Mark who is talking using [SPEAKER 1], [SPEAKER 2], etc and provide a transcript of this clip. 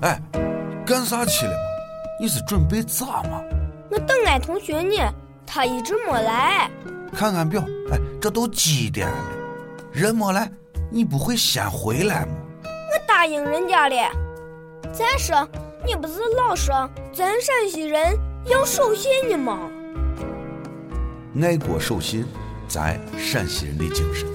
[SPEAKER 1] 哎，干啥去了嘛？你是准备咋嘛？
[SPEAKER 2] 我等俺同学呢，他一直没来。
[SPEAKER 1] 看看表，哎，这都几点了？人没来，你不会先回来吗？
[SPEAKER 2] 我答应人家了。再说，你不是老说咱陕西人要守信呢吗？
[SPEAKER 1] 爱国守信，咱陕西人的精神。